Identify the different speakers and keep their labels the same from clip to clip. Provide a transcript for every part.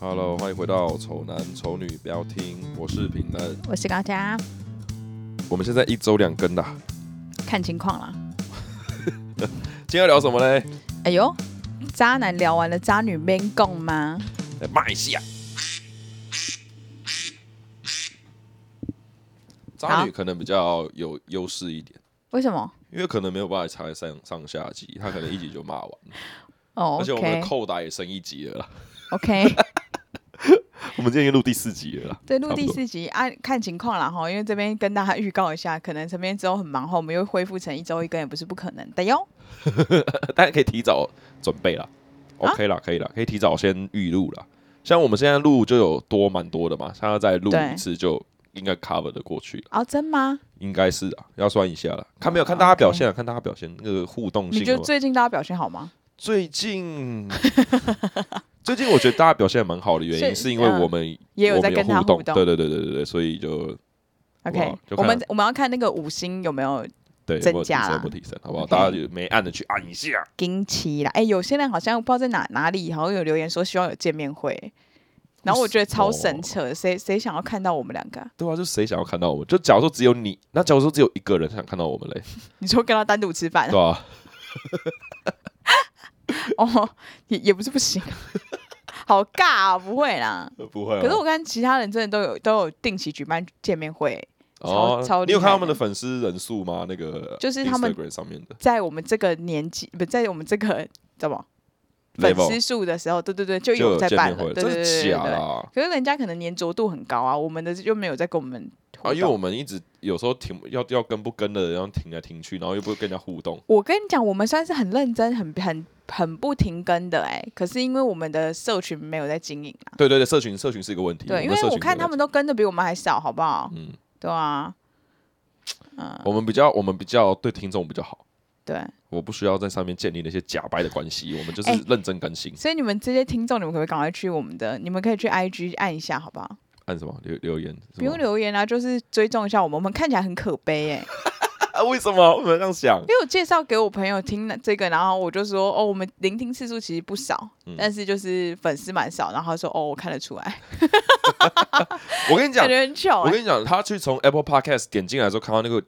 Speaker 1: Hello，欢迎回到《丑男丑女》，不要听，我是平恩。
Speaker 2: 我是高佳，
Speaker 1: 我们现在一周两更啦，
Speaker 2: 看情况啦。
Speaker 1: 今天要聊什么嘞？
Speaker 2: 哎呦，渣男聊完了，渣女边供吗？
Speaker 1: 来骂一下。渣女可能比较有优势一点，
Speaker 2: 为什么？
Speaker 1: 因为可能没有办法拆上上下集，她可能一集就骂完，
Speaker 2: 哦、
Speaker 1: 而
Speaker 2: o
Speaker 1: 且我们
Speaker 2: k
Speaker 1: 的扣打也升一级了啦。
Speaker 2: OK，
Speaker 1: 我们今天已经录第四集了啦，
Speaker 2: 对，录第
Speaker 1: 差不多，
Speaker 2: 四集啊，看情况啦哈。因为这边跟大家预告一下，可能这边之后很忙哈，我们又恢复成一周一更也不是不可能的哟。
Speaker 1: 嗯大家可以提早准备啦。OK
Speaker 2: 啊
Speaker 1: 啦，可以啦，可以提早先预录啦。像我们现在录就有多蛮多的嘛，现在再录
Speaker 2: 对
Speaker 1: 一次就应该 cover 的过去了。
Speaker 2: 哦，真吗？
Speaker 1: 应该是啊，要算一下了。看没有看大家表现啊，看大家表现那个互动性
Speaker 2: 哦你
Speaker 1: 有
Speaker 2: 觉
Speaker 1: 没
Speaker 2: 得
Speaker 1: 有。
Speaker 2: 最近大家表现好吗？
Speaker 1: 最近， 最近我觉得大家表现蛮好的原因，
Speaker 2: 是
Speaker 1: 是因为
Speaker 2: 嗯
Speaker 1: 我们
Speaker 2: 也有
Speaker 1: 我
Speaker 2: 在
Speaker 1: 们
Speaker 2: 跟
Speaker 1: 互
Speaker 2: 他互
Speaker 1: 动，
Speaker 2: 动。
Speaker 1: 对对对对对对，所以就
Speaker 2: OK，
Speaker 1: 就
Speaker 2: 我
Speaker 1: 看
Speaker 2: 们我们要看那个五星有没有
Speaker 1: 对
Speaker 2: 增
Speaker 1: 有没有提
Speaker 2: 加
Speaker 1: 升
Speaker 2: 啦
Speaker 1: 有没有提升，好不好？
Speaker 2: OK
Speaker 1: 大家就没按的去按一下。
Speaker 2: 惊奇啦。哎、有些人好像不知道在哪哪里，好像有留言说希望有见面会，然后我觉得超神扯，谁谁想要看到我们两个啊、
Speaker 1: 对啊，就谁想要看到我们？就假如说只有你，那假如说只有一个人想看到我 们嘞，
Speaker 2: 你说跟他单独吃饭
Speaker 1: 对吧、
Speaker 2: 哦，也也不是不行，啊好尬啊，不会啦。
Speaker 1: 不会、哦。
Speaker 2: 可是我看其他人真的都有都有定期举办见面会，超超
Speaker 1: 哦，你有
Speaker 2: 厉害
Speaker 1: 看他们
Speaker 2: 的
Speaker 1: 的粉丝人数吗？那个
Speaker 2: 就是他们
Speaker 1: Instagram 上面的
Speaker 2: 在我们这个年纪不在我们这个怎么粉
Speaker 1: level
Speaker 2: 丝数的时候，对对对，就
Speaker 1: 就有
Speaker 2: 在
Speaker 1: 见
Speaker 2: 办
Speaker 1: 面
Speaker 2: 了，
Speaker 1: 会，
Speaker 2: 对
Speaker 1: 真
Speaker 2: 对对
Speaker 1: 是
Speaker 2: 对对
Speaker 1: 假啊
Speaker 2: 对
Speaker 1: 啦？
Speaker 2: 可是人家可能粘着度很高啊，我们的就没有在跟我们互
Speaker 1: 啊，因为
Speaker 2: 动
Speaker 1: 我们一直有时候停要要跟不跟的，然后停来停去，然后又不会跟人家互动。
Speaker 2: 我跟你讲，我们算是很认真、很很很不停更的哎、可是因为我们的社群没有在经营啊，
Speaker 1: 对对对，社群社群是一个问题。
Speaker 2: 对，因
Speaker 1: 们
Speaker 2: 为
Speaker 1: 社群
Speaker 2: 我看
Speaker 1: 是一个
Speaker 2: 他
Speaker 1: 问
Speaker 2: 们都跟的比我们还少，好不好？
Speaker 1: 题，嗯，
Speaker 2: 对啊，嗯，
Speaker 1: 我们比较我们比较对听众比较好，
Speaker 2: 对，
Speaker 1: 我不需要在上面建立那些假白的关系，我们就是
Speaker 2: 哎
Speaker 1: 认真更新。
Speaker 2: 所以你们这些听众，你们可不可以赶快去我们的？你们可以去 IG 按一下，好不好？
Speaker 1: 按什么留留言？
Speaker 2: 不用留言啊，就是追踪一下我们。我们看起来很可悲哎、
Speaker 1: 啊？为什么我们这样想？
Speaker 2: 因为我介绍给我朋友听这个，然后我就说哦，我们聆听次数其实不少，
Speaker 1: 嗯
Speaker 2: 但是就是粉丝蛮少。然后他说哦，我看得出来，
Speaker 1: 我跟你讲
Speaker 2: 感，觉很糗、
Speaker 1: 我
Speaker 2: 欸。
Speaker 1: 跟你讲，他去从 Apple Podcast 点进来的时候，看到那个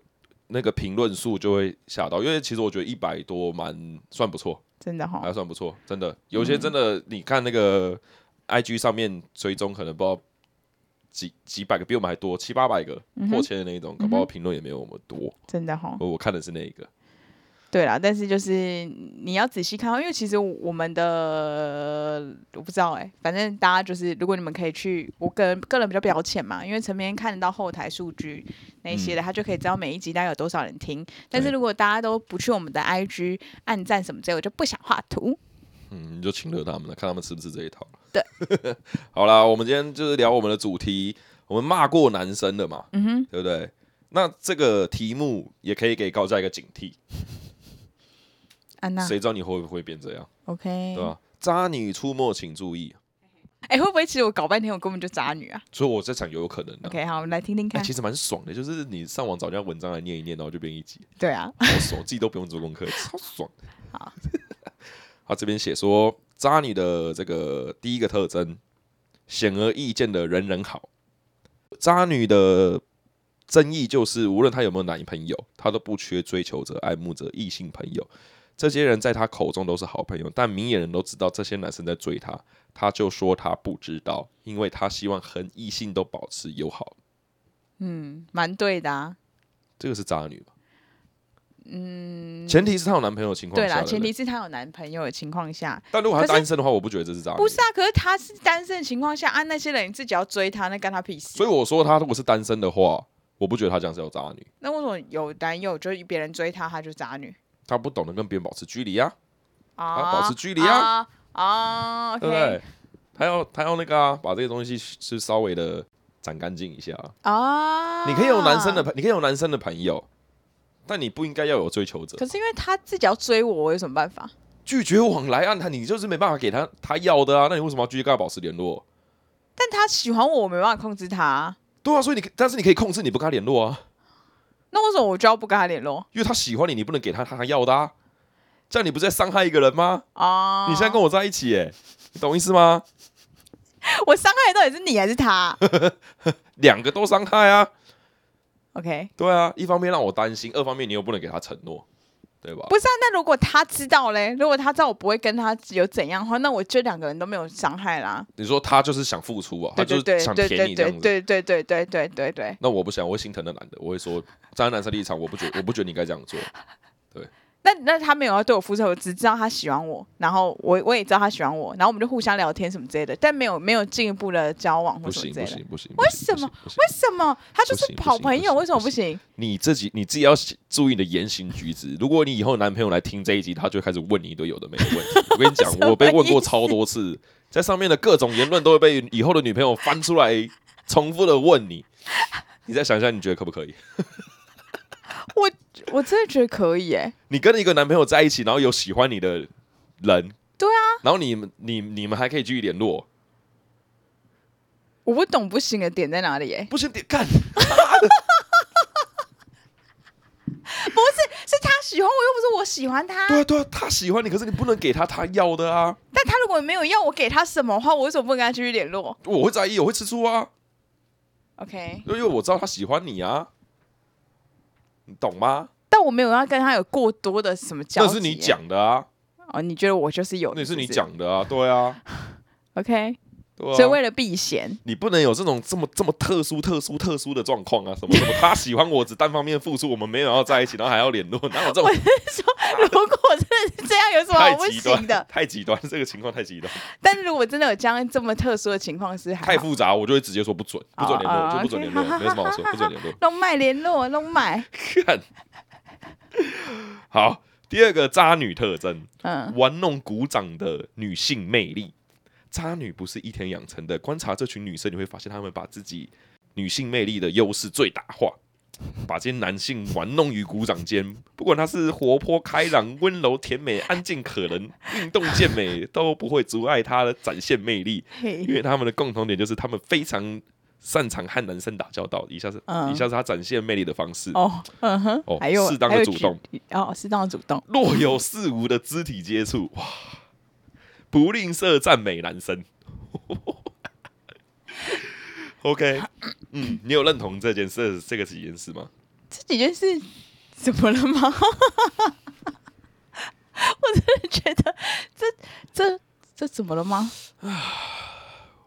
Speaker 1: 那个评论数就会吓到，因为其实我觉得一百多蛮算不错。
Speaker 2: 真的哈、
Speaker 1: 还算不错，真的。有些真的，你看那个 I G 上面追踪，可能不知道几几百个，比我们还多，七八百个
Speaker 2: 嗯哼嗯
Speaker 1: 破千的那一种，搞不好评论也没有我们多。
Speaker 2: 真的哈、
Speaker 1: 我我看的是那一个，
Speaker 2: 对啦，但是就是你要仔细看哦，因为其实我们的我不知道哎、反正大家就是，如果你们可以去，我个人个人比较表浅嘛，因为陈明看得到后台数据那些
Speaker 1: 嗯
Speaker 2: 的，他就可以知道每一集大概有多少人听。但是如果大家都不去我们的 IG 按赞什么之类，我就不想画图。
Speaker 1: 嗯，你就请了他们了，看他们吃不吃这一套。
Speaker 2: 对，
Speaker 1: 好啦，我们今天就是聊我们的主题，我们骂过男生的嘛，
Speaker 2: 嗯哼，
Speaker 1: 对不对？那这个题目也可以给高嘉一个警惕，
Speaker 2: 安娜
Speaker 1: 谁知道你会不会变这样，
Speaker 2: ，OK，
Speaker 1: 对啊吧？渣女出没请注意，
Speaker 2: 哎、会不会其实我搞半天我根本就渣女啊
Speaker 1: 所以我在想有可能啊。
Speaker 2: ？OK，好，我们来听听
Speaker 1: 哎、
Speaker 2: 看。
Speaker 1: 其实蛮爽的，就是你上网找人家文章来念一念，然后就变一集，
Speaker 2: 对啊，
Speaker 1: 好爽，自己都不用做功课，超爽。
Speaker 2: 好，
Speaker 1: 他这边写说，渣女的这个第一个特征，显而易见的人人好。渣女的争议就是，无论她有没有男朋友，她都不缺追求者、爱慕者、异性朋友。这些人在她口中都是好朋友，但明眼人都知道这些男生在追她，她就说她不知道，因为她希望和异性都保持友好。
Speaker 2: 嗯，蛮对的啊。
Speaker 1: 这个是渣女吧？嗯，前提是她有男朋友的情况
Speaker 2: 对
Speaker 1: 下，
Speaker 2: 啦，
Speaker 1: 不
Speaker 2: 前提是她有男朋友的情况下，
Speaker 1: 但如果她
Speaker 2: 可是
Speaker 1: 单身的话，我不觉得这是渣女。
Speaker 2: 不是，啊，可是他是单身的情况下啊，那些人你自己要追他，那干他屁事。啊
Speaker 1: 所以我说她如果是单身的话，我不觉得她这样是叫渣女。
Speaker 2: 那为什么有男友就是别人追他，他就渣女
Speaker 1: 她不懂得跟别人保持距离啊，
Speaker 2: 啊？
Speaker 1: 她保持距离啊，
Speaker 2: 啊啊
Speaker 1: 对不
Speaker 2: ，OK
Speaker 1: 对？她要她要那个啊，把这些东西是稍微的斩干净一下啊。
Speaker 2: 啊，
Speaker 1: 你可以有男生的，，你可以有男生的朋友，但你不应该要有追求者
Speaker 2: 可。是因为他自己要追我，我有什么办法？
Speaker 1: 拒绝往来啊，那你就是没办法给她她要的啊，那你为什么要继续跟她保持联络？
Speaker 2: 但他喜欢我，我没办法控制他啊，
Speaker 1: 对啊，所以你可但是你可以控制你不跟她联络啊。
Speaker 2: 那为什么我就要不跟他联络
Speaker 1: 因为他喜欢你，你不能给他他要的、啊，这样你不是在伤害一个人吗？
Speaker 2: 啊？
Speaker 1: 你现在跟我在一起、欸，你懂意思吗？
Speaker 2: 我，到底是你还是他
Speaker 1: 两个都伤害啊。
Speaker 2: ？OK，
Speaker 1: 对啊，一方面让我担心，二方面你又不能给他承诺，对吧？
Speaker 2: 不是啊，那如果他知道嘞，如果他知道我不会跟他有怎样的话，那我就两个人都没有伤害啦。
Speaker 1: 你说他就是想付出啊，他
Speaker 2: 对
Speaker 1: 就
Speaker 2: 对
Speaker 1: 是
Speaker 2: 对
Speaker 1: 想
Speaker 2: 对
Speaker 1: 舔你这
Speaker 2: 对对
Speaker 1: 样子。
Speaker 2: 对对对对对对对，
Speaker 1: 那我不想，我会心疼的男的，我会说，站在男生立场，我不觉，我不觉得你该这样做。
Speaker 2: 那那他没有要对我付出，我只知道他喜欢我，然后我我也知道他喜欢我，然后我们就互相聊天什么之类的，但没有没有进一步的交往或
Speaker 1: 不
Speaker 2: 什
Speaker 1: 行
Speaker 2: 么之类
Speaker 1: 不
Speaker 2: 的。
Speaker 1: 行不行，
Speaker 2: 为
Speaker 1: 不行
Speaker 2: 什？
Speaker 1: 不行不行
Speaker 2: 为什么他就
Speaker 1: 不
Speaker 2: 是
Speaker 1: 行
Speaker 2: 好
Speaker 1: 不行
Speaker 2: 朋友？
Speaker 1: 不行
Speaker 2: 为什么不
Speaker 1: 不
Speaker 2: 行？
Speaker 1: 你自己你自己要注意你的言行举止。如果你以后男朋友来听这一集，他就开始问你一堆有的没的问题。我跟你讲
Speaker 2: 什，么
Speaker 1: 我被问
Speaker 2: 意
Speaker 1: 过
Speaker 2: 思
Speaker 1: 超多次，在上面的各种言论都会被以后的女朋友翻出来，重复的问你。你再想一下，你觉得可不可以？
Speaker 2: 我真的觉得可以哎、
Speaker 1: 你跟一个男朋友在一起，然后有喜欢你的人，
Speaker 2: 对
Speaker 1: 啊，然后你们你你们还可以继续联络，
Speaker 2: 我不懂不行的点在哪里哎、
Speaker 1: 不行，你干
Speaker 2: 是他喜欢我，又不是我喜欢他。
Speaker 1: 对啊对啊，他喜欢你，可是你不能给他他要的啊，
Speaker 2: 但他如果没有要我给他什么的话，我为什么不能跟他继续联络
Speaker 1: 我会在意，我会吃醋啊，
Speaker 2: ？OK，
Speaker 1: 因为我知道他喜欢你啊，你懂吗？
Speaker 2: 但我没有要跟他有过多的什么交
Speaker 1: 那
Speaker 2: 集、
Speaker 1: 是你讲的啊，
Speaker 2: 哦，你觉得我就是有？
Speaker 1: 那是你
Speaker 2: 不
Speaker 1: 讲的啊，对啊，
Speaker 2: OK，、
Speaker 1: 对啊，
Speaker 2: 所以为了避嫌，
Speaker 1: 你不能有这种这么这么特殊、特殊、特殊的状况啊！什么什么，他喜欢我只单方面付出，我们没有要在一起，然后还要联络，哪有这种
Speaker 2: 如果真的是这样，有什么
Speaker 1: 太
Speaker 2: 好不
Speaker 1: 极
Speaker 2: 行
Speaker 1: 端
Speaker 2: 的？
Speaker 1: 太极端，这个情况太极端，
Speaker 2: 但是如果真的有这样这么特殊的情况是还
Speaker 1: 太
Speaker 2: 好
Speaker 1: 复杂，我就会直接说不准，不准联
Speaker 2: 哦
Speaker 1: 络，
Speaker 2: 哦
Speaker 1: 就不准
Speaker 2: OK，
Speaker 1: 联络，
Speaker 2: 好好
Speaker 1: 没什么好说，不准联络。
Speaker 2: 弄麦联络弄麦，
Speaker 1: 看，好，第二个渣女特征，
Speaker 2: 嗯，
Speaker 1: 玩弄鼓掌的女性魅力。渣女不是一天养成的，观察这群女生，你会发现她们把自己女性魅力的优势最大化，把这些男性玩弄于鼓掌间。不管他是活泼开朗、温柔甜美、安静可人、运动健美，都不会阻碍她的展现魅力。因
Speaker 2: 嘿，
Speaker 1: 为他们的共同点就是他们非常擅长和男生打交道。以下是、
Speaker 2: 嗯
Speaker 1: 以下是他展现魅力的方式：
Speaker 2: 哦，嗯哼，
Speaker 1: 哦
Speaker 2: 还有
Speaker 1: 适当的
Speaker 2: 还有
Speaker 1: 主
Speaker 2: 举
Speaker 1: 动，
Speaker 2: 哦，适当的主动，
Speaker 1: 若有似无的肢体接触，哇，不吝啬赞美男生。OK，嗯，你有认同这件事这个几件事吗？
Speaker 2: 这几件事怎么了吗？ 我真的觉得这这这怎么了吗？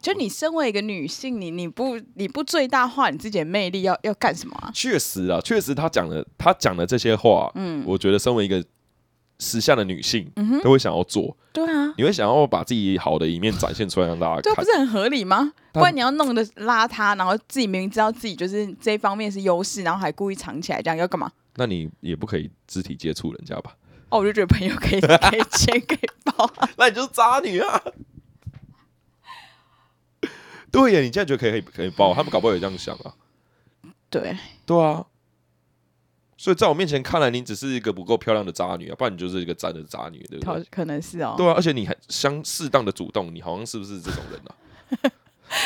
Speaker 2: 就你身为一个女性，你你不你不最大化你自己的魅力要要干什么啊？
Speaker 1: 确实啊，确实他讲的他讲的这些话，嗯，我觉得身为一个时下的女性，
Speaker 2: 嗯
Speaker 1: 都会想要做，
Speaker 2: 对啊，
Speaker 1: 你会想要把自己好的一面展现出来让大
Speaker 2: 对
Speaker 1: 家看。
Speaker 2: 啊，不是很合理吗？
Speaker 1: 但
Speaker 2: 不然你要弄得邋遢，然后自己明明知道自己就是这一方面是优势，然后还故意藏起来，这样要干嘛？
Speaker 1: 那你也不可以肢体接触人家吧？
Speaker 2: 哦，我就觉得朋友可以 可以钱可以包啊，
Speaker 1: 那你就是渣女啊！对呀，你现在觉得可以可以可以包，他们搞不好也这样想啊。
Speaker 2: 对，
Speaker 1: 对啊，所以在我面前看来，你只是一个不够漂亮的渣女啊，不然你就是一个渣的渣女，对不
Speaker 2: 好
Speaker 1: 对？
Speaker 2: 可能是 哦，
Speaker 1: 对啊，而且你还相适当的主动，你好像是不是这种人啊？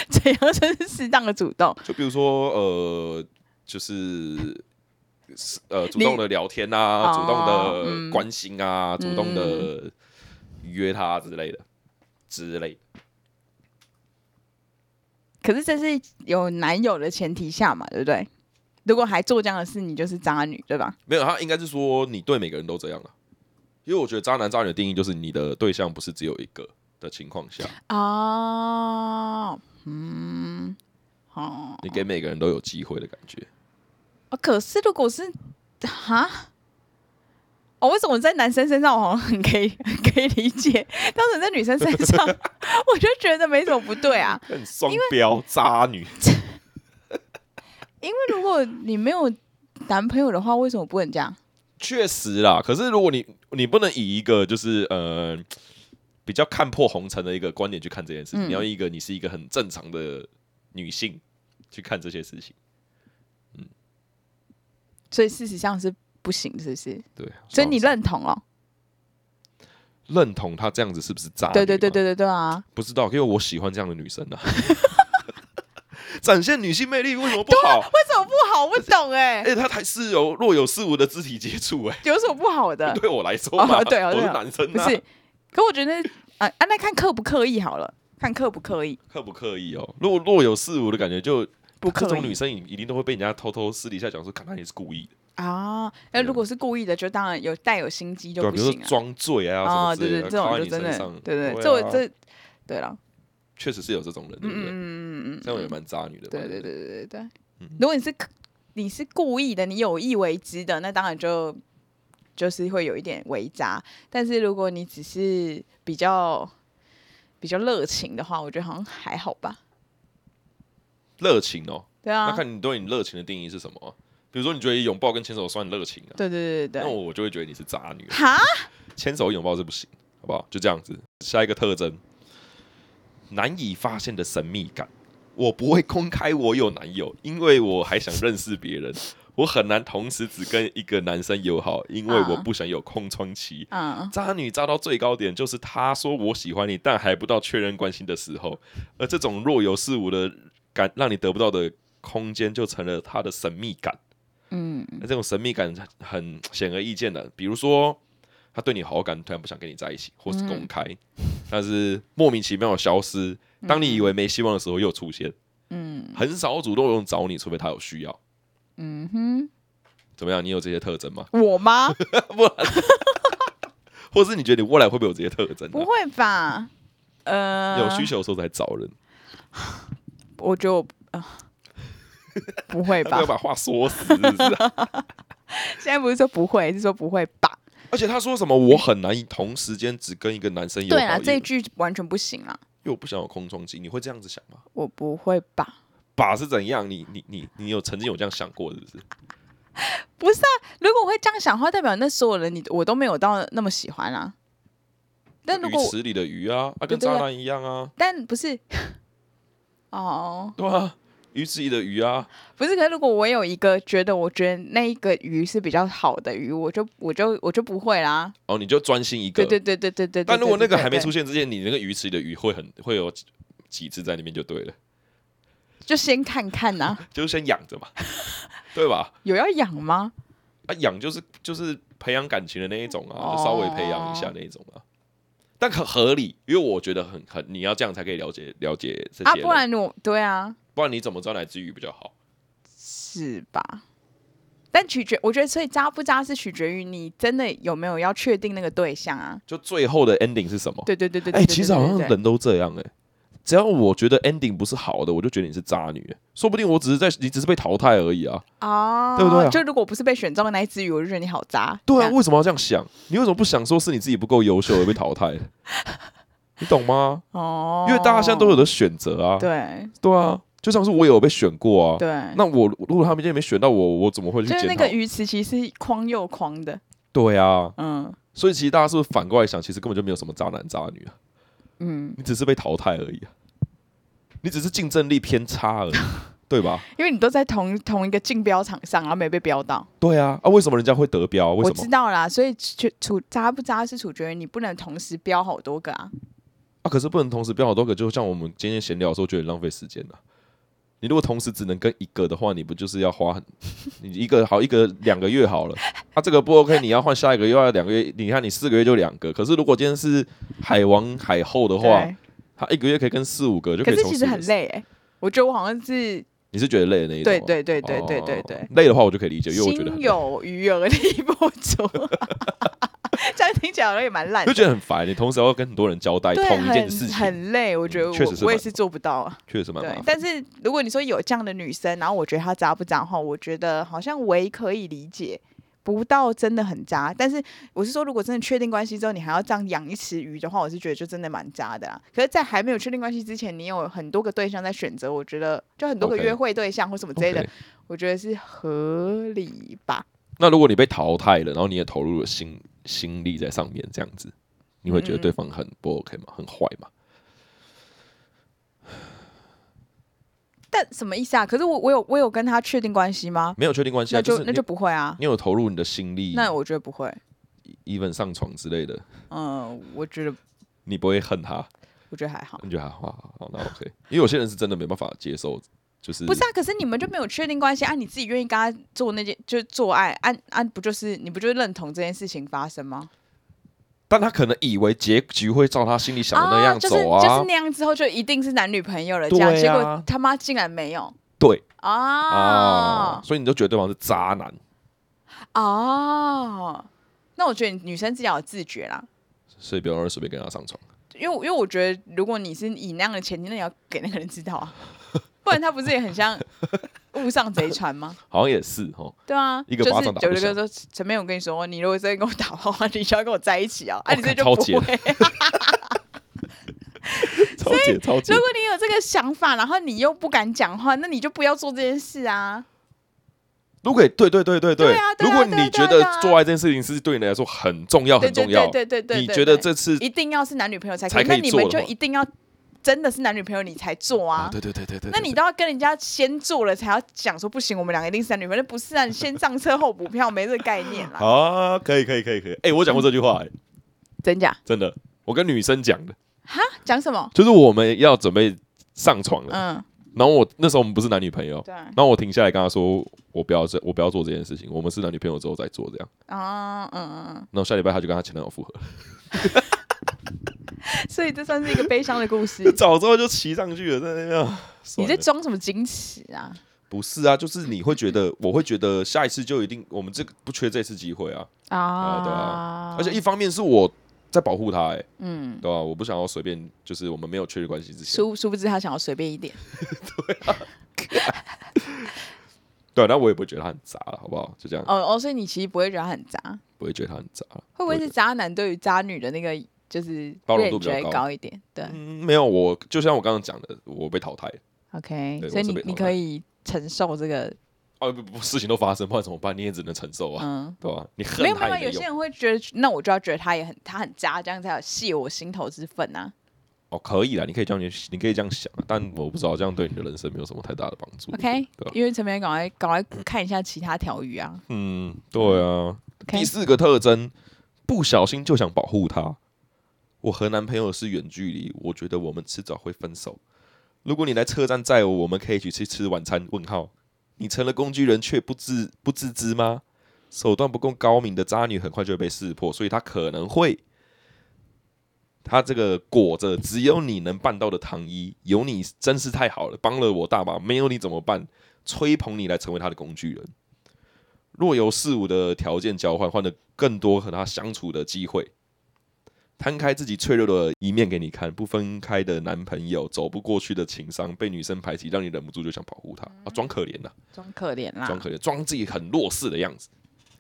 Speaker 2: 怎样才是适当的主动？
Speaker 1: 就比如说呃，就是是呃，主动的聊天啊，主动
Speaker 2: 哦
Speaker 1: 的
Speaker 2: 嗯
Speaker 1: 关心啊，主动的约她之类的之类的。
Speaker 2: 可是这是有男友的前提下嘛，对不对？如果还做这样的事，你就是渣女，对吧？
Speaker 1: 没有，他应该是说你对每个人都这样了，因为我觉得渣男渣女的定义就是你的对象不是只有一个的情况下，
Speaker 2: 哦，嗯，哦，
Speaker 1: 你给每个人都有机会的感觉。
Speaker 2: 哦可是如果是哈，哦，为什么在男生身上我好像很可以 很可以理解，但是在女生身上， 我就觉得没什么不对 啊。
Speaker 1: 很双标渣女，
Speaker 2: 因为如果你没有男朋友的话，为什么不能这样？
Speaker 1: 确实啦。可是如果你你不能以一个就是呃比较看破红尘的一个观点去看这件事情，
Speaker 2: 嗯
Speaker 1: 你要一个你是一个很正常的女性去看这些事情。
Speaker 2: 所以事实上是不行，是不是？
Speaker 1: 对，啊
Speaker 2: 所以你认同哦？
Speaker 1: 认同她这样子是不是渣？
Speaker 2: 对对对对，对对啊！
Speaker 1: 不知道，因为我喜欢这样的女生啊。 展现女性魅力为什么不好？
Speaker 2: 为什么不好？我不懂哎、
Speaker 1: 而且他还是有若有似无的肢体接触、哎、
Speaker 2: 有什么不好 的？
Speaker 1: 对我来说嘛，
Speaker 2: 啊哦对哦
Speaker 1: 我是
Speaker 2: 对哦
Speaker 1: 男生、啊，
Speaker 2: 不是，可我觉得啊啊，那看刻不刻意好了。看刻不刻意，
Speaker 1: 刻不刻意哦？若若有似无的感觉，就
Speaker 2: 不
Speaker 1: 这
Speaker 2: 刻
Speaker 1: 种
Speaker 2: 意
Speaker 1: 女生一定都会被人家偷偷私底下讲说，看她也是故意的，
Speaker 2: 啊。那如果是故意的，就当然有带有心机就
Speaker 1: 对吧、
Speaker 2: 不
Speaker 1: 比如
Speaker 2: 行
Speaker 1: 说
Speaker 2: 啊。
Speaker 1: 装醉啊，什
Speaker 2: 啊，
Speaker 1: 么之
Speaker 2: 对
Speaker 1: 类
Speaker 2: 对，
Speaker 1: 的，
Speaker 2: 这
Speaker 1: 靠
Speaker 2: 种
Speaker 1: 在
Speaker 2: 就
Speaker 1: 你
Speaker 2: 真
Speaker 1: 身
Speaker 2: 的
Speaker 1: 上，，
Speaker 2: 对对，
Speaker 1: 啊
Speaker 2: 这我这对了，
Speaker 1: 确实是有这种人，对不
Speaker 2: 嗯
Speaker 1: 对？
Speaker 2: 嗯嗯嗯嗯
Speaker 1: 这样也
Speaker 2: 嗯，
Speaker 1: 蛮渣女的嘛，
Speaker 2: 对对
Speaker 1: 不
Speaker 2: 对对对对
Speaker 1: 嗯。
Speaker 2: 如果你是刻你是故意的，你有意为之的，那当然就就是会有一点违渣。但是如果你只是比较比较热情的话，我觉得好像还好吧。
Speaker 1: 热情哦，
Speaker 2: 对
Speaker 1: 那
Speaker 2: 啊，
Speaker 1: 看你对你热情的定义是什么啊、比如说，你觉得拥抱跟牵手算热情啊？
Speaker 2: 对对对对
Speaker 1: 那
Speaker 2: 对。
Speaker 1: 我就会觉得你是渣女。
Speaker 2: 哈，
Speaker 1: 牵手拥抱是不行，好不好？就这样子。下一个特征，难以发现的神秘感。我不会公开我有男友，因为我还想认识别人。我很难同时只跟一个男生友好，因为我不想有空窗期。
Speaker 2: 嗯，
Speaker 1: 渣女渣到最高点，就是她说我喜欢你，但还不到确认关心的时候。而这种若有似无的感，让你得不到的空间，就成了她的神秘感。
Speaker 2: 嗯，
Speaker 1: 那这种神秘感很显而易见的，比如说他对你好感，突然不想跟你在一起，或是
Speaker 2: 嗯
Speaker 1: 公开，但是莫名其妙的消失。当你以为没希望的时候，又出现。
Speaker 2: 嗯，
Speaker 1: 很少主动有人找你，除非他有需要。
Speaker 2: 嗯哼，
Speaker 1: 怎么样？你有这些特征吗？
Speaker 2: 我吗？
Speaker 1: 或是你觉得你未来会不会有这些特征、
Speaker 2: 不
Speaker 1: 啊？
Speaker 2: 会吧？呃，
Speaker 1: 有需求的时候才找人，
Speaker 2: 我觉得我 啊、不会
Speaker 1: 他
Speaker 2: 吧
Speaker 1: 要？把话说死，是不是啊
Speaker 2: 现在不是说不会，是说不会吧？
Speaker 1: 而且他说什么我很难同时间只跟一个男生友
Speaker 2: 对
Speaker 1: 好，
Speaker 2: 啊，这一
Speaker 1: 因
Speaker 2: 句完全不行啊！
Speaker 1: 为我不想有空窗期，你会这样子想吗？
Speaker 2: 我不会吧？
Speaker 1: 把是怎样？你你你你有曾经有这样想过是不是？
Speaker 2: 不是啊，如果我会这样想的话，代表那所有人你我都没有到那么喜欢啊。但如
Speaker 1: 鱼
Speaker 2: 果我
Speaker 1: 池里的鱼啊，啊跟
Speaker 2: 对对
Speaker 1: 渣
Speaker 2: 对
Speaker 1: 男一样啊，
Speaker 2: 但不是 哦，
Speaker 1: 对啊，鱼池里的鱼啊，
Speaker 2: 不是。可是如果我有一个觉得我觉得那一个鱼是比较好的鱼，我就我就我就不会啦。
Speaker 1: 哦，你就专心一个。
Speaker 2: 对对对对对对。
Speaker 1: 但如果那个还没出
Speaker 2: 现，
Speaker 1: 现之前，你那个鱼池里的鱼会很会有几几只在那边就对了，
Speaker 2: 就先看看呐、啊
Speaker 1: 就是先养着嘛，对吧？
Speaker 2: 有要养吗？
Speaker 1: 啊，养就是就是培养感情的那一种啊，
Speaker 2: 哦
Speaker 1: 就稍微培养一下那一种啊。但很合理，因为我觉得很很，你要这样才可以了解了解这些
Speaker 2: 啊，
Speaker 1: 人、
Speaker 2: 不然我对啊，
Speaker 1: 不然你怎么知道哪只鱼比较好？
Speaker 2: 是吧？但取决，我觉得所以渣不渣是取决于你真的有没有要确定那个对象啊。
Speaker 1: 就最后的 ending 是什么？
Speaker 2: 对对对对
Speaker 1: 哎、
Speaker 2: 对对
Speaker 1: 其实
Speaker 2: 对
Speaker 1: 好
Speaker 2: 对
Speaker 1: 像
Speaker 2: 对
Speaker 1: 人都这样哎、只要我觉得 ending 不是好的，我就觉得你是渣女、说不定我只是在你只是被淘汰而已啊。
Speaker 2: 哦，
Speaker 1: 对不对啊
Speaker 2: 就如果不是被选中的那一只鱼，我就觉得你好渣。
Speaker 1: 对啊，
Speaker 2: 这样
Speaker 1: 为什么要这样想？你为什么不想说是你自己不够优秀而被淘 汰？你懂吗？
Speaker 2: 哦，
Speaker 1: 因为大家现在都有的选择啊。
Speaker 2: 对
Speaker 1: 对啊，就像是我也有被选过啊。
Speaker 2: 对，
Speaker 1: 那我如果他们今天没选到我，我怎么会去
Speaker 2: 哎就是那
Speaker 1: 检讨
Speaker 2: 个？鱼池其实是框又框的，
Speaker 1: 对啊，
Speaker 2: 嗯
Speaker 1: 所以其实大家是不是反过来想，其实根本就没有什么渣男渣女啊，
Speaker 2: 嗯，
Speaker 1: 你只是被淘汰而已、啊，你只是竞争力偏差 而已，对吧？
Speaker 2: 因为你都在同同一个竞标场上，然后没被标到，
Speaker 1: 对啊，啊，为什么人家会得标？为
Speaker 2: 我
Speaker 1: 什
Speaker 2: 知
Speaker 1: 么？
Speaker 2: 道啦，所以处处渣不渣是处决于你不能同时标好多个啊，
Speaker 1: 啊，可是不能同时标好多个，就像我们今天闲聊的时候，觉得浪费时间了。你如果同时只能跟一个的话，你不就是要花很 你一个好一个两个月好了？啊，这个不 OK，你要换下一个又要两个月，你看你四个月就两个。可是如果今天是海王海后的话，
Speaker 2: 对，
Speaker 1: 他一个月可以跟四五个，就
Speaker 2: 可
Speaker 1: 以
Speaker 2: 是
Speaker 1: 从
Speaker 2: 其
Speaker 1: 四
Speaker 2: 实
Speaker 1: 个
Speaker 2: 很。累哎、我觉得我好像是
Speaker 1: 你是觉得累的那一种
Speaker 2: 对
Speaker 1: 吗？
Speaker 2: 对对对对对
Speaker 1: 哦
Speaker 2: 对，
Speaker 1: 累的话我就可以理解，因为我觉得
Speaker 2: 心
Speaker 1: 很累
Speaker 2: 有余而力不足， 这样听起来好像也蛮烂
Speaker 1: 就
Speaker 2: 的，
Speaker 1: 觉得很烦。你同时要跟很多人交代
Speaker 2: 对，
Speaker 1: 同一件
Speaker 2: 很
Speaker 1: 事情，
Speaker 2: 很累，我觉得
Speaker 1: 嗯
Speaker 2: 我、
Speaker 1: 确实是
Speaker 2: 我也
Speaker 1: 蛮
Speaker 2: 是做不到啊。
Speaker 1: 确实蛮麻
Speaker 2: 对
Speaker 1: 烦，。
Speaker 2: 但是如果你说有这样的女生，然后我觉得她渣不渣的话，我觉得好像唯可以理解，不到真的很渣。但是我是说，如果真的确定关系之后，你还要这样养一池鱼的话，我是觉得就真的蛮渣的啦。可是，在还没有确定关系之前，你有很多个对象在选择，我觉得就很多个
Speaker 1: OK
Speaker 2: 约会对象或什么之类的
Speaker 1: OK
Speaker 2: 我觉得是合理吧。
Speaker 1: 那如果你被淘汰了，然后你也投入了心心力在上面，这样子，你会觉得对方很不 OK 吗？很坏吗？
Speaker 2: 嗯但什么意思啊？可是我我有我有跟他确定关系吗？
Speaker 1: 没有确定关系啊，
Speaker 2: 那就是那
Speaker 1: 你嗯
Speaker 2: 就不会啊。
Speaker 1: 你有投入你的心力，
Speaker 2: 那我觉得不会。
Speaker 1: even 上床之类的，
Speaker 2: 嗯，我觉得
Speaker 1: 你不会恨他，
Speaker 2: 我觉得还好。
Speaker 1: 你觉得还好好好那 OK？因为有些人是真的没办法接受，就是
Speaker 2: 不是啊，可是你们就没有确定关系啊？你自己愿意跟他啊做那件，就是做爱，按、按、不就是你不就是认同这件事情发生吗？
Speaker 1: 但他可能以为结局会照他心里想的那样走
Speaker 2: 啊
Speaker 1: 啊
Speaker 2: 就是就是那样之后就一定是男女朋友了，这样、
Speaker 1: 对
Speaker 2: 结
Speaker 1: 啊
Speaker 2: 果他妈竟然没有
Speaker 1: 对
Speaker 2: 啊
Speaker 1: 所以你就觉得对方是渣男，
Speaker 2: 哦，那我觉得女生自己要有自觉啦，
Speaker 1: 所以不要让人随便跟他上床。
Speaker 2: 因为我因为我觉得如果你是以那样的前提，那你要给那个人知道啊，不然他不是也很像误上贼船吗？
Speaker 1: 好像也是哦，
Speaker 2: 对啊，
Speaker 1: 一个巴掌打不
Speaker 2: 就是有
Speaker 1: 响
Speaker 2: 一个说陈妹，我跟你说，你如果真的跟我打炮的话，你就要跟我在一起啊，啊，
Speaker 1: 哦
Speaker 2: 你这
Speaker 1: 看
Speaker 2: 就
Speaker 1: 超
Speaker 2: 不
Speaker 1: 解
Speaker 2: 会。
Speaker 1: 超姐超姐
Speaker 2: 如果你有这个想法，然后你又不敢讲话，那你就不要做这件事啊。
Speaker 1: 如果对对对对
Speaker 2: 对啊对啊
Speaker 1: 如果
Speaker 2: 对啊
Speaker 1: 你觉
Speaker 2: 对
Speaker 1: 得
Speaker 2: 啊对啊
Speaker 1: 做爱这件事情是对你来说很重要
Speaker 2: 对
Speaker 1: 哦很
Speaker 2: 对
Speaker 1: 重要
Speaker 2: 对，对对对，
Speaker 1: 你
Speaker 2: 对
Speaker 1: 觉得
Speaker 2: 对
Speaker 1: 这次
Speaker 2: 一定要是男女朋友才可
Speaker 1: 才
Speaker 2: 以？
Speaker 1: 可
Speaker 2: 那
Speaker 1: 以
Speaker 2: 你
Speaker 1: 做
Speaker 2: 们
Speaker 1: 的
Speaker 2: 就
Speaker 1: 话
Speaker 2: 一定要真的是男女朋友你才做
Speaker 1: 啊
Speaker 2: 啊？
Speaker 1: 对对对对对，
Speaker 2: 那你都要跟人家先做了，才要讲说不行，我们两个一定是男女朋友，那不是啊？你先上车后补票，没这个概念啦。
Speaker 1: 啊，可以可以可以可以，哎，我讲过这句话，哎
Speaker 2: 真假？
Speaker 1: 真的，我跟女生讲的，
Speaker 2: 哈？讲什么？
Speaker 1: 就是我们要准备上床了，
Speaker 2: 嗯，
Speaker 1: 然后我那时候我们不是男女朋友，
Speaker 2: 对啊，
Speaker 1: 然后我停下来跟她说，我不要这，我不要做这件事情，我们是男女朋友之后再做这样，哦
Speaker 2: 啊，嗯嗯嗯，
Speaker 1: 然后下礼拜她就跟她前男友复合，
Speaker 2: 所以这算是一个悲伤的故 事。
Speaker 1: 早知道就骑上去了，在那边啊，
Speaker 2: 你
Speaker 1: 算
Speaker 2: 在
Speaker 1: 了
Speaker 2: 装什么矜持啊？
Speaker 1: 不是啊，就是你会觉得，我会觉得下一次就一定，我们这个不缺这次机会啊。啊对
Speaker 2: 哦
Speaker 1: 啊而且一方面是我在保护他、欸，哎，
Speaker 2: 嗯，
Speaker 1: 对吧、我不想要随便，就是我们没有确立关系之前，
Speaker 2: 殊殊不知他想要随便一点。
Speaker 1: 对、啊，那我也不会觉得他很渣了，好不好？就这样，
Speaker 2: 哦哦，所以你其实不会觉得他很渣，
Speaker 1: 不会觉得他很渣。
Speaker 2: 会不会
Speaker 1: 不会
Speaker 2: 是渣男对于渣女的那个就是
Speaker 1: 包容度
Speaker 2: range
Speaker 1: 比较
Speaker 2: 会
Speaker 1: 高
Speaker 2: 高一点？对
Speaker 1: 嗯，没有，我就像我刚刚讲的，我被淘汰了。
Speaker 2: ，OK，
Speaker 1: 对
Speaker 2: 所以
Speaker 1: 我是
Speaker 2: 你
Speaker 1: 被
Speaker 2: 你
Speaker 1: 淘汰
Speaker 2: 可以承受这个，
Speaker 1: 哦、不不，事情都发生，不然怎么办？你也只能承受啊，
Speaker 2: 嗯，
Speaker 1: 对吧、你恨
Speaker 2: 没有
Speaker 1: 他也
Speaker 2: 没有，
Speaker 1: 没
Speaker 2: 有
Speaker 1: 用。
Speaker 2: 些人会觉得，那我就要觉得他也很他很渣，这样才有泄我心头之愤啊。
Speaker 1: 哦，可以啦，你可以这样，你你可以这样想啊，但我不知道这样对你的人生没有什么太大的帮助。
Speaker 2: OK，
Speaker 1: 嗯对吧、
Speaker 2: 因为陈明赶快赶快看一下其他条鱼啊。
Speaker 1: 嗯，对啊。
Speaker 2: OK，
Speaker 1: 第四个特征，不小心就想保护他。我和男朋友是远距离，我觉得我们迟早会分手。如果你来车站载我，我们可以一起去吃晚餐。问号，你成了工具人却不自不自知吗？手段不够高明的渣女很快就会被识破，所以她可能会，她这个裹着只有你能办到的糖衣，有你真是太好了，帮了我大忙，没有你怎么办？吹捧你来成为她的工具人。若有似无的条件交换，换得更多和他相处的机会，摊开自己脆弱的一面给你看。不分开的男朋友，走不过去的情商，被女生排挤，让你忍不住就想保护他
Speaker 2: 嗯
Speaker 1: 啊，装可怜呐、
Speaker 2: 装可怜
Speaker 1: 装
Speaker 2: 啦。
Speaker 1: 可怜，装自己很弱势的样子。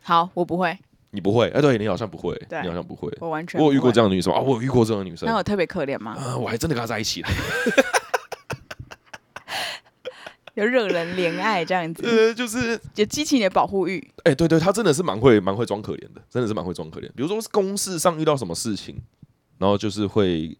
Speaker 2: 好，我不会，
Speaker 1: 你不会？哎、对你好像不会，
Speaker 2: 对
Speaker 1: 你好像不会。
Speaker 2: 我完全
Speaker 1: 我有遇过这
Speaker 2: 样。
Speaker 1: 样的女生啊，我有遇过这样的女生
Speaker 2: 那
Speaker 1: 啊、
Speaker 2: 我特别可怜吗？
Speaker 1: 我还真的跟她在一 起了。
Speaker 2: 有惹人怜爱这样 子，
Speaker 1: 呃，就是
Speaker 2: 也激起你的保护欲。
Speaker 1: 哎、对对，他真的是蛮会蛮会装可怜的，真的是蛮会装可怜。比如说是公事上遇到什么事情，然后就是会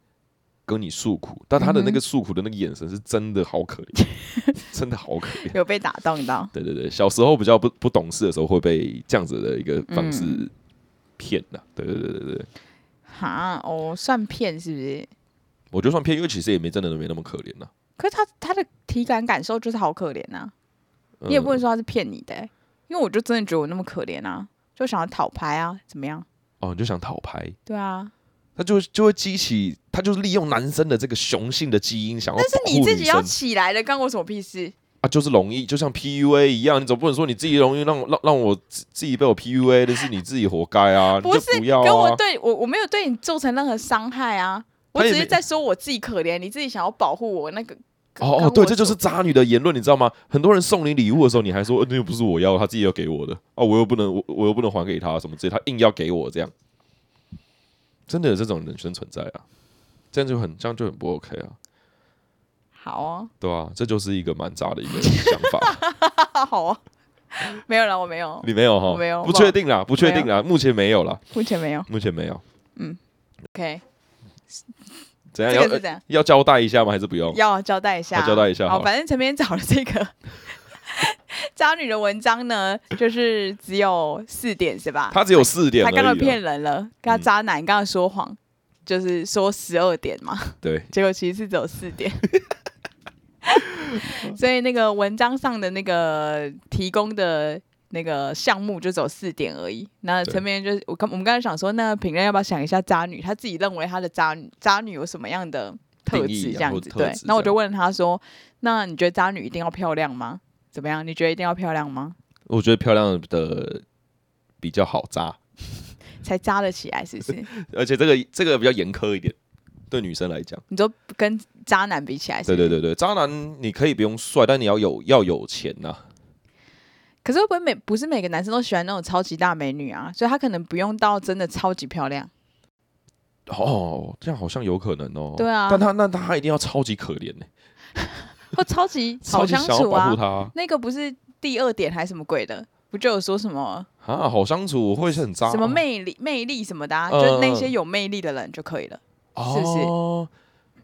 Speaker 1: 跟你诉苦，但他的
Speaker 2: 嗯
Speaker 1: 那个诉苦的那个眼神是真的好可怜， 真的好可怜。
Speaker 2: 有被打动到。
Speaker 1: 对对对，小时候比较不不懂事的时候会被这样子的一个方
Speaker 2: 嗯
Speaker 1: 式骗的、对对对对对，
Speaker 2: 哈，哦，算骗是不是？
Speaker 1: 我就算骗，因为其实也没真的没那么可怜呐、
Speaker 2: 可是他他的体感感受就是好可怜呐、你也不
Speaker 1: 嗯
Speaker 2: 能说他是骗你的欸、因为我就真的觉得我那么可怜啊，就想要讨牌啊，怎么样？
Speaker 1: 哦，你就想讨牌，
Speaker 2: 对啊，
Speaker 1: 他就就会激起，他就是利用男生的这个雄性的基因，想要
Speaker 2: 但是
Speaker 1: 保
Speaker 2: 你
Speaker 1: 护
Speaker 2: 自
Speaker 1: 女
Speaker 2: 己要
Speaker 1: 生
Speaker 2: 起来的，关我什么屁事？
Speaker 1: 啊，就是容易，就像 PUA 一样，你总不能说你自己容易让让让我自自己被我 PUA 的是你自己活该啊，你
Speaker 2: 不
Speaker 1: 就是不要
Speaker 2: 跟
Speaker 1: 啊
Speaker 2: 我。对我我没有对你造成任何伤害啊，我
Speaker 1: 他也
Speaker 2: 只是
Speaker 1: 没
Speaker 2: 在说我自己可怜，你自己想要保护我那个。
Speaker 1: 哦哦，
Speaker 2: 跟
Speaker 1: 对，
Speaker 2: 我
Speaker 1: 这就是
Speaker 2: 所
Speaker 1: 渣女的言论，你知道吗？很多人送你礼物的时候，你还说、呃、那又不是我要的，他自己要给我的啊，我又不能我我又不能还给他什么之类，他硬要给我这样，真的有这种人生存在啊，这样就很这样就很不 OK 啊，
Speaker 2: 好哦，
Speaker 1: 对啊，这就是一个蛮渣的一个想法，
Speaker 2: 好哦，没有了，我没有，
Speaker 1: 你没有哈？
Speaker 2: 我没有
Speaker 1: 不确定啦，不确定啦，目前没有啦，
Speaker 2: 目前没有。
Speaker 1: 目前没有，
Speaker 2: OK，
Speaker 1: 怎样
Speaker 2: 这个是
Speaker 1: 要
Speaker 2: 这样。
Speaker 1: 要交代一下吗？还是不用？
Speaker 2: 要交代一下，
Speaker 1: 哎呃好交代一下好
Speaker 2: 好，
Speaker 1: 了
Speaker 2: 反正陈边找了这个 渣女的文章呢，就是只有四点是吧？
Speaker 1: 他只有四点
Speaker 2: 他
Speaker 1: 而已啊嗯
Speaker 2: 刚
Speaker 1: 啦，
Speaker 2: 刚骗人了，跟他渣男刚刚说谎，就是说十二点嘛，
Speaker 1: 对，
Speaker 2: 结果其实是只有四点。 所以那个文章上的那个提供的那个项目就只有四点而已。那
Speaker 1: 对
Speaker 2: 陈明就是我刚我们刚才想说，那评论要不要想一下渣女？她自己认为她的渣女渣女有什么样的特
Speaker 1: 定义
Speaker 2: 质？
Speaker 1: 啊
Speaker 2: 这样
Speaker 1: 或
Speaker 2: 子
Speaker 1: 特
Speaker 2: 对
Speaker 1: 质。
Speaker 2: 那我
Speaker 1: 这
Speaker 2: 就问她说：“那你觉得渣女一定要漂亮吗？怎么样？你觉得一定要漂亮吗？
Speaker 1: 我觉得漂亮的比较好扎，
Speaker 2: 才渣得起来是不是？
Speaker 1: 而且这个这个比较严苛一点，对女生来讲。
Speaker 2: 你就跟渣男比起来
Speaker 1: 对
Speaker 2: 是不哎是
Speaker 1: 对对对，渣男你可以不用帅，但你要有要有钱呐、
Speaker 2: 可是会不会每不是每个男生都喜欢那种超级大美女啊？所以他可能不用到真的超级漂亮。
Speaker 1: 哦，这样好像有可能哦。
Speaker 2: 对啊
Speaker 1: 但他那他一定要超级可怜呢、
Speaker 2: 或超级
Speaker 1: 超
Speaker 2: 好
Speaker 1: 级
Speaker 2: 相
Speaker 1: 想要
Speaker 2: 处
Speaker 1: 保护
Speaker 2: 啊。
Speaker 1: 他啊
Speaker 2: 那个不是第二点还是什么鬼的？不就有说什么
Speaker 1: 啊好相处会是很渣、
Speaker 2: 什么魅力、魅力什么的、啊，
Speaker 1: 嗯
Speaker 2: 就是那些有魅力的人就可以了。是不是
Speaker 1: 哦、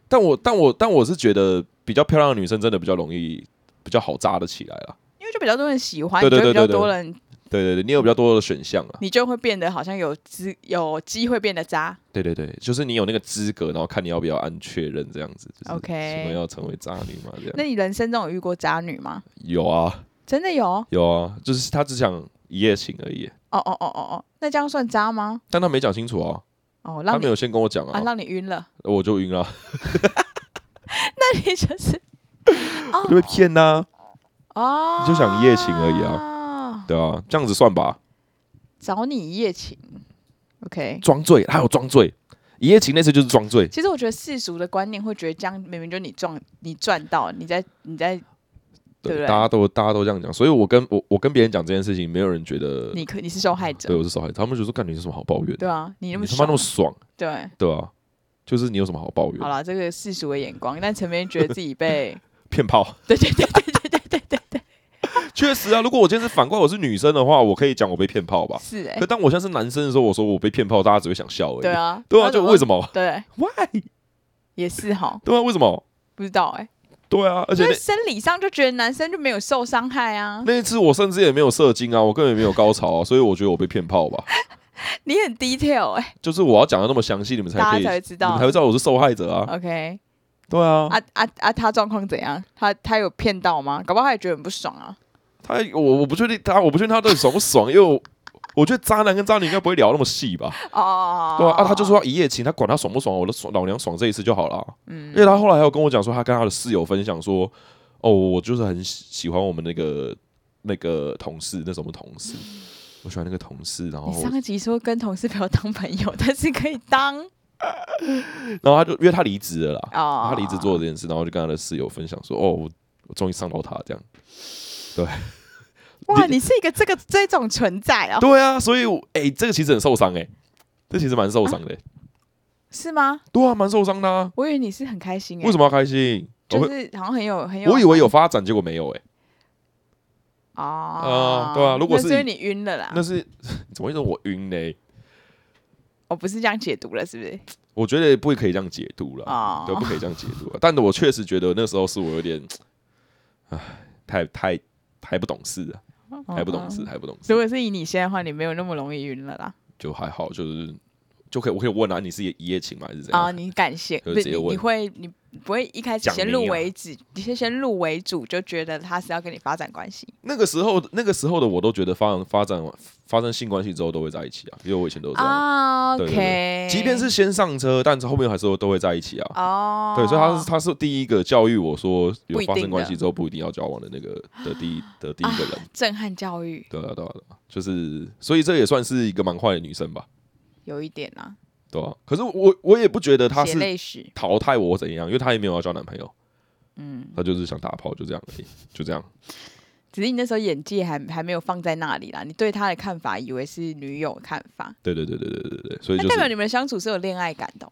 Speaker 1: 但我但我但我是觉得比较漂亮的女生真的比较容易比较好扎得起来啦。
Speaker 2: 因为就比较多人喜欢，
Speaker 1: 对对
Speaker 2: 就会比较
Speaker 1: 对对对
Speaker 2: 多人，
Speaker 1: 对对对，你有比较多的选项啊。
Speaker 2: 你就会变得好像有资有机会变得渣。
Speaker 1: 对对对，就是你有那个资格，然后看你要不要按确认这样子。就是
Speaker 2: OK
Speaker 1: 什么要成为渣女嘛？这
Speaker 2: 那
Speaker 1: 样
Speaker 2: 你人生中有遇过渣女吗？
Speaker 1: 有啊
Speaker 2: 真的有？哦
Speaker 1: 有啊，就是他只想一夜情而已，
Speaker 2: 哦哦哦哦，那这样算渣吗？
Speaker 1: 但他没讲清楚啊，
Speaker 2: 哦，
Speaker 1: 他
Speaker 2: 让
Speaker 1: 没
Speaker 2: 你
Speaker 1: 有先跟我讲
Speaker 2: 啊，哦
Speaker 1: 啊，
Speaker 2: 让你晕了，
Speaker 1: 我就晕 了，
Speaker 2: 那你就是
Speaker 1: 我就被骗呐，
Speaker 2: 哦，
Speaker 1: 你就想一夜情而已
Speaker 2: 啊，
Speaker 1: 对啊，这样子算吧，
Speaker 2: 找你一夜情，OK。
Speaker 1: 装醉，还有装醉，一夜情那次就是装醉，
Speaker 2: 其实我觉得世俗的观念会觉得这样，明明就你赚你赚到，你在你在对不对
Speaker 1: 大家都大家都这样讲，所以我跟我我跟别人讲这件事情，没有人觉得
Speaker 2: 你可你是受害
Speaker 1: 对
Speaker 2: 者，
Speaker 1: 我是受害者，他们就说干你有什么好抱怨的，
Speaker 2: 对啊，你那么
Speaker 1: 你他妈那么
Speaker 2: 爽
Speaker 1: 爽，
Speaker 2: 对，
Speaker 1: 对啊，就是你有什么好抱
Speaker 2: 好
Speaker 1: 怨，
Speaker 2: 了，这个世俗的眼光，但陈明觉得自己 被
Speaker 1: 骗炮，
Speaker 2: 对对对对对对对对，
Speaker 1: 确实啊，如果我今天是反过来我是女生的话，我可以讲我被骗炮吧，
Speaker 2: 是哎
Speaker 1: 可，当我现在是男生的时候，我说我被骗炮，大家只会想笑而已，
Speaker 2: 对，啊，
Speaker 1: 对啊，就为什
Speaker 2: 么
Speaker 1: 么
Speaker 2: 对
Speaker 1: ？Why？
Speaker 2: 也是哈，
Speaker 1: 对啊，为什么？
Speaker 2: 不知道哎，
Speaker 1: 对啊，而且
Speaker 2: 就
Speaker 1: 那
Speaker 2: 是生理上就觉得男生就没有受伤害啊，
Speaker 1: 那一次我甚至也没有射精啊，我根本也没有高潮、啊，所以我觉得我被骗炮吧。
Speaker 2: 你很 detail 哎
Speaker 1: 就是我要讲的那么详细，你们才可以，
Speaker 2: 大家才会知道呃
Speaker 1: 你们才会知道我是受害者啊。
Speaker 2: ，OK，
Speaker 1: 对啊，
Speaker 2: 啊啊啊，他状况怎样？他他有骗到吗？搞不好他也觉得很不爽啊，
Speaker 1: 他我我不确定他，我不确定他到底爽不爽，因为我我觉得渣男跟渣女应该不会聊那么细吧？
Speaker 2: 哦哦，哦
Speaker 1: 对啊，啊，他就，说要一夜情，他管他爽不爽，我的爽老娘爽这一次就好了啊。
Speaker 2: 嗯
Speaker 1: 因为他后来还有跟我讲说，他跟他的室友分享说，哦，我就是很喜喜欢我们那个那个同事，那什么同事，我喜欢那个同事，然后
Speaker 2: 你
Speaker 1: 哦我
Speaker 2: 上一集说跟同事不要当朋友， 但是可以当
Speaker 1: 然后他就因为他离职了啦，
Speaker 2: 哦，
Speaker 1: 他离职做了这件事，然后就跟他的室友分享说：“哦，我我终于上到他这样。
Speaker 2: 哇，你是一个这个这种存在哦，
Speaker 1: 对啊，所以我哎、这个其实很受伤哎、这其实蛮受伤
Speaker 2: 啊
Speaker 1: 的欸、
Speaker 2: 是吗？
Speaker 1: 对啊，蛮受伤的、啊。
Speaker 2: 我以为你是很开心、欸，欸
Speaker 1: 为什么要开心？我
Speaker 2: 就
Speaker 1: 会
Speaker 2: 是好像很有很有，
Speaker 1: 我以为有发展，结果没有哎、
Speaker 2: 啊、
Speaker 1: 啊对啊如果
Speaker 2: 那
Speaker 1: 是
Speaker 2: 所以
Speaker 1: 以
Speaker 2: 你晕了啦，
Speaker 1: 那是 怎么会说我晕呢？
Speaker 2: 我不是这样解读了，是不是？
Speaker 1: 我觉得不可以这样解读了，
Speaker 2: 哦
Speaker 1: 啊对，不可以这样解读啦。但我确实觉得那时候是我有点，唉，太太还不懂事啊，还不懂事，
Speaker 2: 嗯
Speaker 1: 还不懂
Speaker 2: 如
Speaker 1: 事，
Speaker 2: 果是以你现在的话，你没有那么容易晕了啦。
Speaker 1: 就还好，就是就可以我可以问啊，你是一夜情吗？还是怎
Speaker 2: 啊，
Speaker 1: 样？
Speaker 2: 你感谢，
Speaker 1: 就
Speaker 2: 不
Speaker 1: 直
Speaker 2: 是
Speaker 1: 接
Speaker 2: 你
Speaker 1: 问
Speaker 2: 你会你不会一开始
Speaker 1: 讲
Speaker 2: 先
Speaker 1: 明
Speaker 2: 入
Speaker 1: 啊
Speaker 2: 为主，你先先入为主就觉得他是要跟你发展关系，
Speaker 1: 那个时候，那个时候的我都觉得发生发展完发生性关系之后都会在一起啊，因为我以前都是这样。
Speaker 2: 啊
Speaker 1: 对对
Speaker 2: OK，
Speaker 1: 即便是先上车，但是后面还是都会在一起啊。
Speaker 2: 哦，
Speaker 1: 对，所以他是他是第一个教育我说有
Speaker 2: 不一定
Speaker 1: 发
Speaker 2: 的啊
Speaker 1: 生关系之后不一定要交往的那个的第一的第一个人。
Speaker 2: 震撼教育
Speaker 1: 对啊，对啊，对啊，就是所以这也算是一个蛮坏的女生吧，
Speaker 2: 有一点啊，
Speaker 1: 对啊。可是我我也不觉得她
Speaker 2: 血
Speaker 1: 是
Speaker 2: 泪史，
Speaker 1: 淘汰我怎样，因为她也没有要交男朋友，
Speaker 2: 嗯。
Speaker 1: 她就是想打炮，就这样而已，就这样。
Speaker 2: 只是你那时候眼界还还没有放在那里啦，你对他的看法以为是女友的看法，
Speaker 1: 对对对对对对对对，所以
Speaker 2: 那
Speaker 1: 就
Speaker 2: 代
Speaker 1: 是
Speaker 2: 表你们的相处是有恋爱感的哦、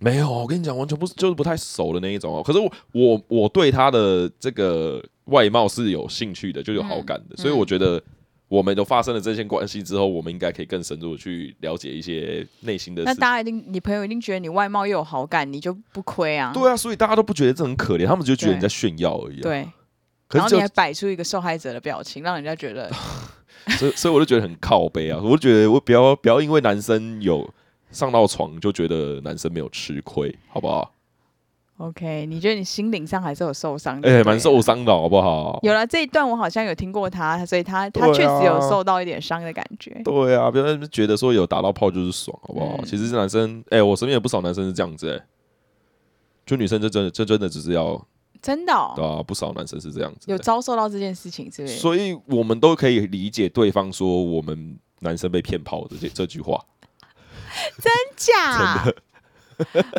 Speaker 1: 没有，我跟你讲，完全不是，就是不太熟的那一种哦。可是我我我对他的这个外貌是有兴趣的，就有好感的，
Speaker 2: 嗯
Speaker 1: 所以我觉得我们都发生了这些关系之后，我们应该可以更深入的去了解一些内心的
Speaker 2: 那
Speaker 1: 事情。
Speaker 2: 大家一定，你朋友一定觉得你外貌又有好感，你就不亏啊。
Speaker 1: 对啊，所以大家都不觉得这很可怜，他们就觉得
Speaker 2: 对
Speaker 1: 你在炫耀而已、啊。，
Speaker 2: 对
Speaker 1: 可
Speaker 2: 然
Speaker 1: 是
Speaker 2: 后你还
Speaker 1: 就
Speaker 2: 摆出一个受害者的表情，让人家觉 得
Speaker 1: 所以所以我就觉得很靠背啊，我就觉得我不要不要因为男生有上到床就觉得男生没有吃亏，好不好？
Speaker 2: OK，你觉得你心灵上还是有受伤？
Speaker 1: 哎、
Speaker 2: 对嗯不对啊
Speaker 1: 蛮受。伤的好不好？
Speaker 2: 有了这一段，我好像有听过他，所以他他
Speaker 1: 对
Speaker 2: 确实有
Speaker 1: 啊
Speaker 2: 受到一点伤的感觉。
Speaker 1: 对啊，不要觉得说有打到炮就是爽，好不好？
Speaker 2: 嗯
Speaker 1: 其实男生，哎、我身边有不少男生是这样子、哎，就女生就真的，就真的只是要，
Speaker 2: 真的、哦
Speaker 1: 对啊，不少男生是这样子、
Speaker 2: 有遭受到这件事情，是不
Speaker 1: 哎
Speaker 2: 是？
Speaker 1: 所以我们都可以理解对方说我们男生被骗炮这些这句话，
Speaker 2: 假。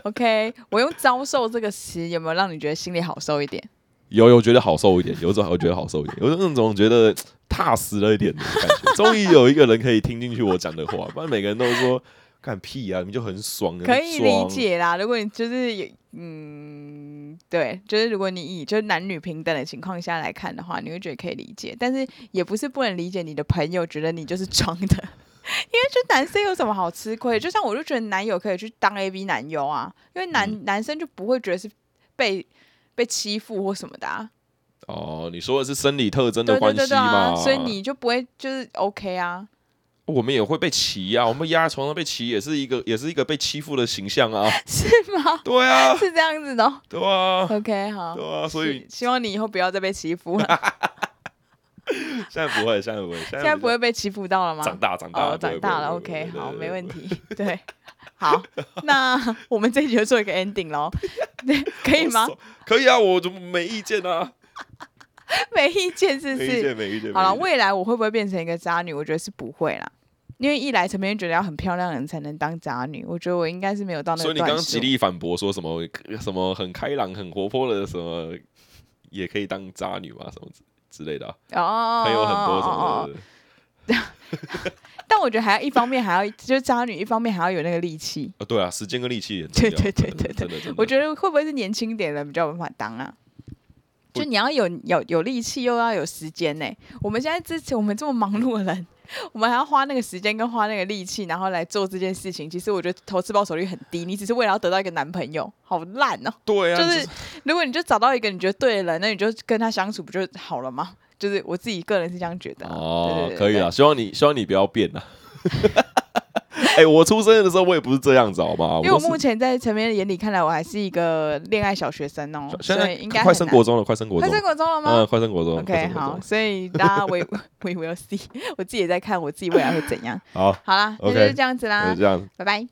Speaker 2: OK，我用“遭受”这个词，有没有让你觉得心里好受一点？
Speaker 1: 有有觉得好受一点，有种我觉得好受一点，有种总觉得踏实了一点的感觉，终于有一个人可以听进去我讲的话，不然每个人都说干屁啊，你们就很爽，
Speaker 2: 可以理
Speaker 1: 很爽。
Speaker 2: 解啦。如果你就是有，嗯，对，就是如果你以就是男女平等的情况下来看的话，你会觉得可以理解，但是也不是不能理解你的朋友觉得你就是装的。 因为就男生有什么好吃亏？就像我就觉得男友可以去当 A V 男优啊，因为
Speaker 1: 嗯
Speaker 2: 男、男生就不会觉得是被被欺负或什么的、啊，
Speaker 1: 哦，你说的是生理特征
Speaker 2: 对
Speaker 1: 的
Speaker 2: 对
Speaker 1: 关
Speaker 2: 对
Speaker 1: 系
Speaker 2: 对
Speaker 1: 嘛？哦
Speaker 2: 啊，所以你就不会就是 OK 啊。
Speaker 1: 我们也会被骑啊，我们压在床上被骑也是一个，也是一个被欺负的形象啊。
Speaker 2: 是吗？
Speaker 1: 对啊，
Speaker 2: 是这样子的 哦、
Speaker 1: 对啊，
Speaker 2: OK，好，
Speaker 1: 对啊，所以
Speaker 2: 希希望你以后不要再被欺负 了。
Speaker 1: 现在不会，现在不会，现
Speaker 2: 现在不
Speaker 1: 比
Speaker 2: 会被欺负到了吗
Speaker 1: 较？长大，长大
Speaker 2: 哦
Speaker 1: 了，，不会
Speaker 2: 长大了
Speaker 1: 不会不会
Speaker 2: ，OK，
Speaker 1: 对
Speaker 2: 好，
Speaker 1: 对
Speaker 2: 没
Speaker 1: 对
Speaker 2: 问题。对，好，那 我们这一集就做一个 ending 喽， 对，可以吗
Speaker 1: 我？爽可以啊，我怎么没意见啊？
Speaker 2: 没意见，是不
Speaker 1: 没意
Speaker 2: 是？
Speaker 1: 见，没意见。
Speaker 2: 好了，
Speaker 1: 没意见
Speaker 2: 未来我会不会变成一个渣女？我觉得是不会啦，因为一来陈明觉得要很漂亮的人才能当渣女，我觉得我应该是没有到那
Speaker 1: 所以
Speaker 2: 个
Speaker 1: 你刚
Speaker 2: 段
Speaker 1: 刚
Speaker 2: 数
Speaker 1: 极。力反驳说什么什么很开朗、很活泼的什么，也可以当渣女嘛，什么之之类的啊、
Speaker 2: 哦，
Speaker 1: 朋友很多什
Speaker 2: 哦哦
Speaker 1: 么
Speaker 2: 哦
Speaker 1: 的。
Speaker 2: 但我觉得还要一方面还要就是渣女，一方面还要有那个力气。
Speaker 1: 呃，对啊，时间跟力气也很重要。
Speaker 2: 对对对
Speaker 1: 真的
Speaker 2: 对对
Speaker 1: 真的真的。
Speaker 2: 我觉得会不会是年轻一点的人比较有办法当啊？
Speaker 1: 不
Speaker 2: 就你要有有有力气，又要有时间呢、我们现在之前我们这么忙碌的人，我们还要花那个时间跟花那个力气，然后来做这件事情。其实我觉得投资报酬率很低，你只是为了要得到一个男朋友，好烂哦、
Speaker 1: 对啊，
Speaker 2: 就
Speaker 1: 你
Speaker 2: 是如果你就找到一个你觉得对的人，那你就跟他相处不就好了吗？就是我自己个人是这样觉得啊、
Speaker 1: 哦，
Speaker 2: 对
Speaker 1: 可以啊，。希望你希望你不要变啊。 哎、我出生的时候我也不是这样子，好吗？
Speaker 2: 对对因为我
Speaker 1: 都是
Speaker 2: 目前在陈明的眼里看来，我还是一个恋爱小学生哦、
Speaker 1: 现
Speaker 2: 所
Speaker 1: 在
Speaker 2: 以应该
Speaker 1: 快
Speaker 2: 很
Speaker 1: 升
Speaker 2: 难
Speaker 1: 国中了，快升国
Speaker 2: 快
Speaker 1: 中，
Speaker 2: 升国中了吗？
Speaker 1: 嗯，快升国中。快
Speaker 2: OK，
Speaker 1: 升国
Speaker 2: 好，
Speaker 1: 中，
Speaker 2: 所以大家 we we will see，我自己也在看我自己未来会怎样。
Speaker 1: 好，
Speaker 2: 好啦那就啊
Speaker 1: OK，
Speaker 2: 是这样子
Speaker 1: 那
Speaker 2: 啦
Speaker 1: 就，这样。
Speaker 2: 拜拜。